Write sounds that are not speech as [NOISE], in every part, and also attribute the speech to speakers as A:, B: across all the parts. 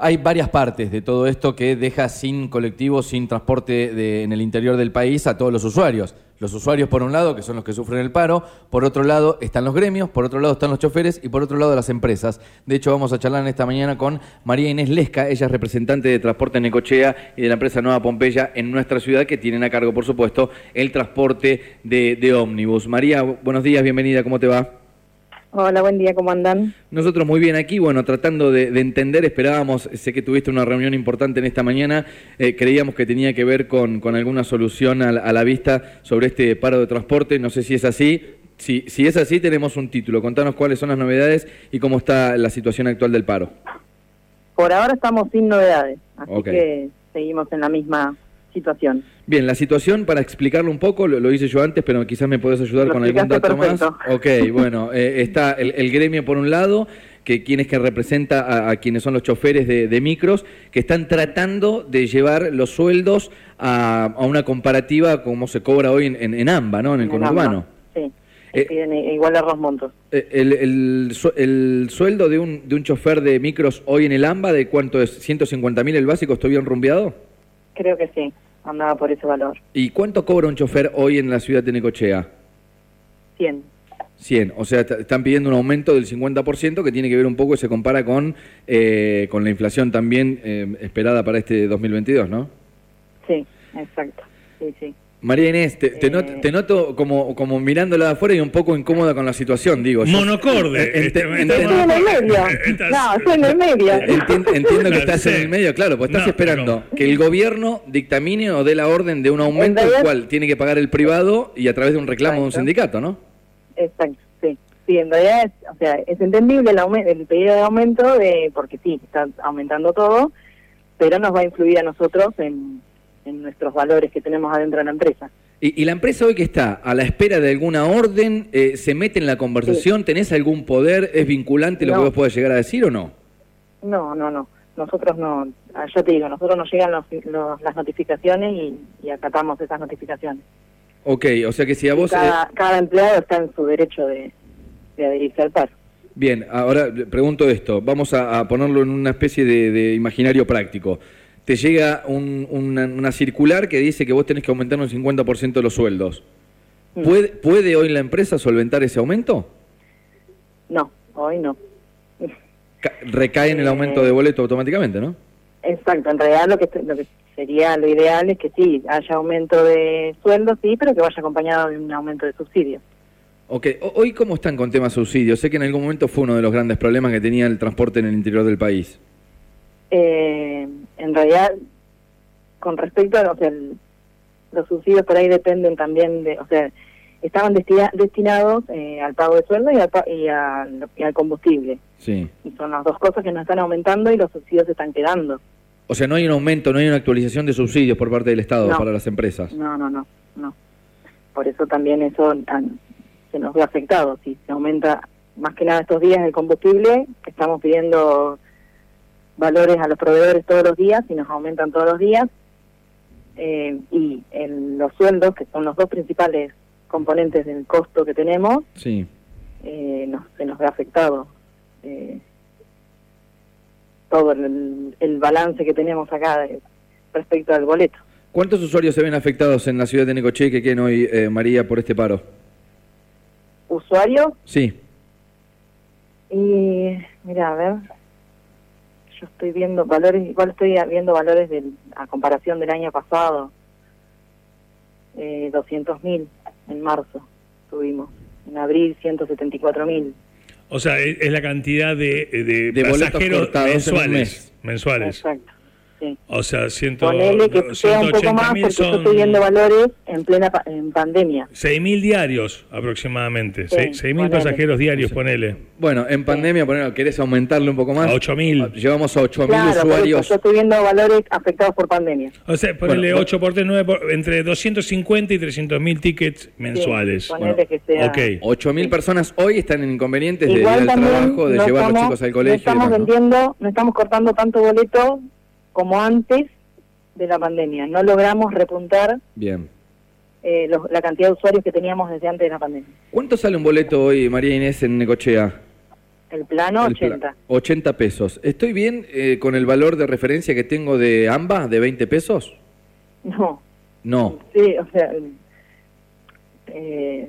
A: Hay varias partes de todo esto que deja sin colectivo, sin transporte de- en el interior del país a todos los usuarios. Los usuarios, por un lado, que son los que sufren el paro, por otro lado están los gremios, por otro lado están los choferes y por otro lado las empresas. De hecho, vamos a charlar en esta mañana con María Inés Lesca, ella es representante de Transporte Necochea y de la empresa Nueva Pompeya en nuestra ciudad, que tienen a cargo, por supuesto, el transporte de, de ómnibus. María, buenos días, bienvenida, ¿cómo te va?
B: Hola, buen día, ¿cómo andan?
A: Nosotros muy bien aquí, bueno, tratando de, de entender, esperábamos, eh, sé que tuviste una reunión importante en esta mañana, eh, creíamos que tenía que ver con, con alguna solución a, la- a la vista sobre este paro de transporte, no sé si es así, si, si es así tenemos un título, contanos cuáles son las novedades y cómo está la situación actual del paro.
B: Por ahora estamos sin novedades, así
A: Ok.
B: que seguimos en la misma situación.
A: Bien, la situación, para explicarlo un poco, lo, lo hice yo antes, pero quizás me puedes ayudar
B: Lo
A: con algún
B: explicaste
A: dato más.
B: perfecto.
A: Ok, bueno, eh, está el, el gremio por un lado, que quienes que representa a, a quienes son los choferes de, de micros, que están tratando de llevar los sueldos a, a una comparativa como se cobra hoy en, en- en AMBA, ¿no? En el
B: En ambas,
A: conurbano.
B: Sí,
A: Eh,
B: piden i- igual a los montos.
A: Eh, El, el su- el sueldo de un, de un chofer de micros hoy en el AMBA, ¿de cuánto es? ¿150 mil el básico? ¿Estoy bien rumbeado?
B: Creo que sí, andaba por ese valor.
A: ¿Y cuánto cobra un chofer hoy en la ciudad de Necochea?
B: 100.
A: 100, o sea, t- están pidiendo un aumento del 50% que tiene que ver un poco y se compara con, eh, con la inflación también eh, esperada para este 2022, ¿no?
B: Sí, exacto. Sí, sí.
A: María Inés, te, te
B: Eh.
A: not- te noto como, como mirándola de afuera y un poco incómoda con la situación, digo. yo. eh,
C: Monocorde.
A: Ente-
C: Este-
A: ente-
C: este-
B: Estoy en el
A: [LAUGHS]
B: medio.
C: Estás-
B: No, estoy en el medio.
A: Entien- eh, entiendo que
C: [LAUGHS] No,
A: estás
C: sí.
A: en el medio, claro, pues estás
C: No,
A: esperando que el gobierno dictamine o dé la orden de un aumento el
B: realidad-
A: cual tiene que pagar el privado y a través de un reclamo de un
B: Exacto.
A: sindicato, ¿no?
B: Exacto, sí. Sí, en realidad es, o sea, es entendible el, aume- el pedido de aumento de, porque sí, está aumentando todo, pero nos va a influir a nosotros en, en nuestros valores que tenemos adentro de la empresa.
A: ¿Y, y la empresa hoy que está a la espera de alguna orden, eh, se mete en la conversación? ¿Tenés algún poder? ¿Es vinculante lo
B: No.
A: que vos podés llegar a decir o no?
B: No, no, no. Nosotros no, ah, yo te digo, nosotros nos llegan los- los- las notificaciones y, y acatamos esas notificaciones.
A: Ok, o sea que si a vos... eh,
B: Cada, cada empleado está en su derecho de, de adherirse al paro.
A: bien, ahora le pregunto esto, vamos a, a ponerlo en una especie de, de imaginario práctico. Te llega un- una, una circular que dice que vos tenés que aumentar un 50% los sueldos.
B: Mm.
A: ¿Puede, ¿Puede hoy la empresa solventar ese aumento?
B: No, hoy no.
A: Ca- recae en el aumento
B: Eh.
A: de boleto automáticamente, ¿no?
B: Exacto, en realidad lo que, lo que sería lo ideal es que sí, haya aumento de sueldo, sí, pero que vaya acompañado de un aumento de subsidios.
A: Ok, O- hoy cómo están con temas subsidios? Sé que en algún momento fue uno de los grandes problemas que tenía el transporte en el interior del país.
B: Eh, en realidad, con respecto a o sea, el- los subsidios por ahí dependen también de, o sea, estaban destina- destinados eh, al pago de sueldo y al, pa- y, al- y al combustible.
A: Sí.
B: Y son las dos cosas que nos están aumentando y los subsidios se están quedando.
A: O sea, no hay un aumento, no hay una actualización de subsidios por parte del Estado
B: No.
A: para las empresas.
B: No, no, no, no. Por eso también eso ah, se nos ve afectado. Si se aumenta más que nada estos días el combustible, estamos pidiendo valores a los proveedores todos los días y nos aumentan todos los días. Eh, y en los sueldos, que son los dos principales componentes del costo que tenemos,
A: Sí.
B: eh, nos- se nos ve afectado. eh, todo el, el balance que tenemos acá de- respecto al boleto.
A: ¿Cuántos usuarios se ven afectados en la ciudad de Necochea que queden hoy, eh, María, por este paro?
B: Usuarios
A: Sí.
B: Y mira, a ver, yo estoy viendo valores, igual estoy viendo valores del, a comparación del año pasado, eh, 200.000 en marzo tuvimos, en abril 174.000.
C: O sea, es, es la cantidad de, eh, de,
A: De boletos
C: pasajeros
A: cortados en un mes.
C: mensuales. Mensuales.
B: Exacto. Sí.
C: O sea, ciento,
B: Ponele que sea un poco más
C: 180.000
B: porque yo
C: son
B: estoy viendo valores en plena pa- en pandemia.
C: 6.000 diarios aproximadamente.
B: Sí,
C: Se- 6.000
B: ponele.
C: pasajeros diarios, ponele.
A: Bueno, en pandemia, bueno, ¿querés aumentarle un poco más? Ah,
C: A 8.000.
A: Llevamos a 8.000
B: Claro, por eso,
A: usuarios.
B: yo estoy viendo valores afectados por pandemia.
C: O sea, ponele
A: Bueno,
C: 8 por 3, 9 por, entre 250 y 300.000 tickets mensuales.
B: ponele que sea-
C: Ok.
A: 8.000 personas hoy están en inconvenientes de ir
B: Igual
A: al
B: también
A: trabajo, de
B: no
A: llevar a los
B: estamos-
A: chicos al
B: No
A: colegio. y
B: estamos
A: demás, ¿no?
B: vendiendo, no estamos cortando tanto boleto como antes de la pandemia. No logramos repuntar
A: Bien.
B: eh, los- la cantidad de usuarios que teníamos desde antes de la pandemia.
A: ¿Cuánto sale un boleto hoy, María Inés, en Necochea?
B: El plano,
A: El
B: 80.
A: pla- 80 pesos. ¿Estoy bien eh, con el valor de referencia que tengo de ambas, de 20 pesos?
B: [LAUGHS] No,
A: No.
B: sí, o sea, eh,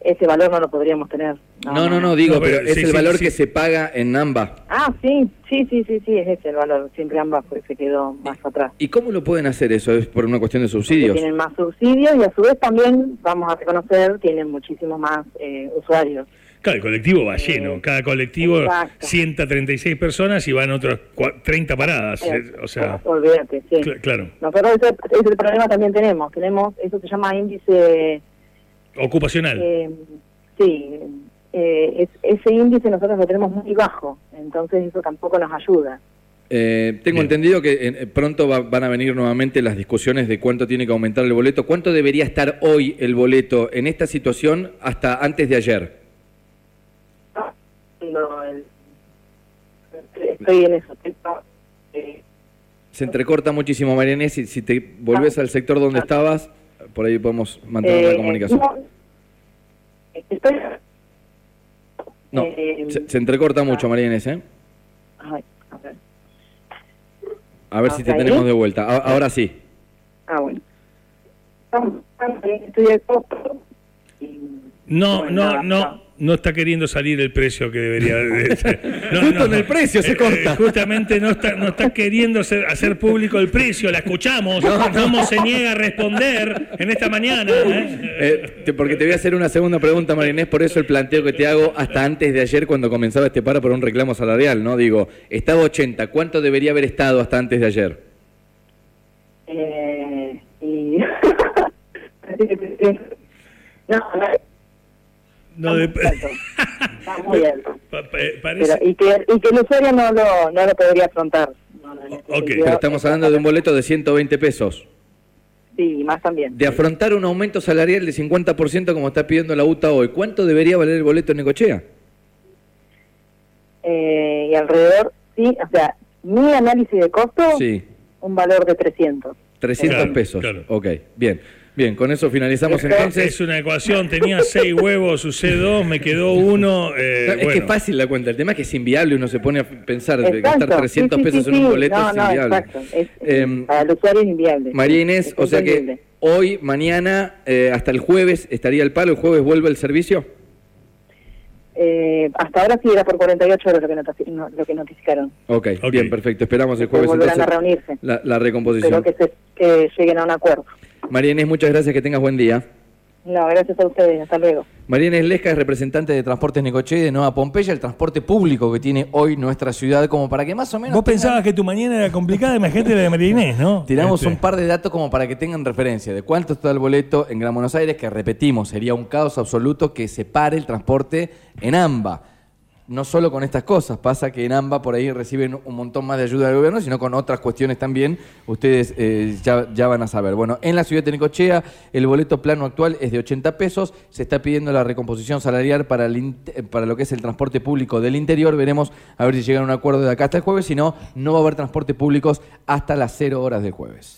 B: ese valor no lo podríamos tener.
A: No, no, no, digo,
C: No, pero
A: pero es
C: sí,
A: el
C: sí,
A: valor
C: sí.
A: que se paga en ambas.
B: Ah, sí, sí, sí, sí, sí, es ese el valor. Siempre ambas pues, se quedó más atrás.
A: ¿Y cómo lo pueden hacer eso? ¿Es por una cuestión de
B: que
A: subsidios?
B: tienen más subsidios y a su vez también, vamos a reconocer, tienen muchísimos más eh, usuarios.
C: Claro, el colectivo va lleno.
B: Eh,
C: Cada colectivo
B: exacto.
C: 136 personas y van otras cua- 30 paradas. eh, O sea,
B: [LAUGHS] olvídate, sí.
C: cl- claro.
B: Nosotros ese, ese problema también tenemos. Tenemos, eso se llama índice.
C: Ocupacional.
B: eh, sí, eh, es- ese índice nosotros lo tenemos muy bajo, entonces eso tampoco nos ayuda.
A: Eh, tengo
C: Bien.
A: entendido que eh, pronto va- van a venir nuevamente las discusiones de cuánto tiene que aumentar el boleto. ¿Cuánto debería estar hoy el boleto en esta situación hasta antes de ayer?
B: No, el- estoy en eso. estoy pa- eh,
A: Se entrecorta muchísimo, Marianés. Si, si te volvés al sector donde estabas, por ahí podemos mantener
B: eh,
A: la comunicación.
B: no, estoy-
A: No,
B: eh,
A: se, se entrecorta mucho, Marianés. ¿eh?
B: ay, a ver.
A: A ver si te
B: ¿Hasta ahí?
A: tenemos de vuelta. A- ahora sí.
B: Ah, bueno. Estoy de costo. y-
C: No,
B: bueno,
C: no,
B: nada,
C: no. No está queriendo salir el precio que debería. de- de- No,
A: Justo
C: no.
A: en el precio se
C: Eh,
A: corta.
C: eh, justamente no está, no está queriendo hacer, hacer público el precio. La escuchamos. No, se niega a responder en esta
A: [LAUGHS]
C: mañana. ¿eh?
A: Eh, te- porque te voy a hacer una segunda pregunta, Marinés, por eso el planteo que te hago hasta antes de ayer cuando comenzaba este paro por un reclamo salarial, ¿no? Digo, estaba 80, ¿cuánto debería haber estado hasta antes de ayer?
B: Eh, y... [LAUGHS] no, no,
C: No, de- [LAUGHS]
B: está
A: [LAUGHS]
B: muy alto. Está muy alto.
C: pa- pa- eh,
B: Pero,
C: parece-
B: y, que, y que el usuario no lo, no lo podría afrontar. No, no, en ese
C: Ok,
B: sentido, eh,
A: Pero estamos hablando de un boleto de 120 pesos.
B: Sí, más también.
A: De afrontar un aumento salarial de 50% como está pidiendo la UTA hoy, ¿cuánto debería valer el boleto en Necochea?
B: Eh, y alrededor, sí, o sea, mi análisis de costo,
A: Sí,
B: un valor de 300.
A: 300
C: Claro,
A: pesos.
C: claro.
A: Ok, bien. Bien, con eso finalizamos
B: Esto es-
A: entonces.
C: es una ecuación. Tenía seis huevos, usé dos, me quedó uno. eh,
A: No, es que
C: bueno.
A: es fácil la cuenta, el tema es que es inviable, uno se pone a pensar, de
B: Exacto,
A: gastar
B: sí,
A: 300
B: sí,
A: pesos
B: sí,
A: en un
B: sí.
A: boleto
B: no,
A: es
B: no,
A: inviable.
B: exacto. Es-
A: Em,
B: para el usuario es inviable.
A: María Inés,
B: Es
A: o sea que
B: entendible.
A: hoy, mañana, eh, hasta el jueves estaría el palo, el jueves vuelve el servicio.
B: Eh, hasta ahora sí era por 48 horas lo que, noti- no- lo que notificaron.
A: Ok,
C: Ok.
A: bien, perfecto, esperamos el
B: Que
A: jueves
B: volverán
A: entonces
B: a reunirse.
A: la, la
B: Espero
A: recomposición.
B: que, se, que lleguen a un acuerdo.
A: María Inés, muchas gracias, que tengas buen día.
B: No, gracias a ustedes. Hasta luego.
A: María Inés Lesca es representante de Transportes Necoche de Nueva Pompeya, el transporte público que tiene hoy nuestra ciudad, como para que más o menos
D: Vos
A: tengan-
D: pensabas que tu mañana era complicada, imagínate la de María Inés, ¿no?
A: Tiramos
D: Este,
A: un par de datos como para que tengan referencia de cuánto está el boleto en Gran Buenos Aires, que repetimos, sería un caos absoluto que separe el transporte en AMBA. No solo con estas cosas, pasa que en AMBA por ahí reciben un montón más de ayuda del gobierno, sino con otras cuestiones también, ustedes eh, ya, ya van a saber. Bueno, en la ciudad de Necochea el boleto plano actual es de 80 pesos, se está pidiendo la recomposición salarial para, el int- eh, para lo que es el transporte público del interior, veremos a ver si llegan a un acuerdo de acá hasta el jueves, si no, no va a haber transporte públicos hasta las 0 horas del jueves.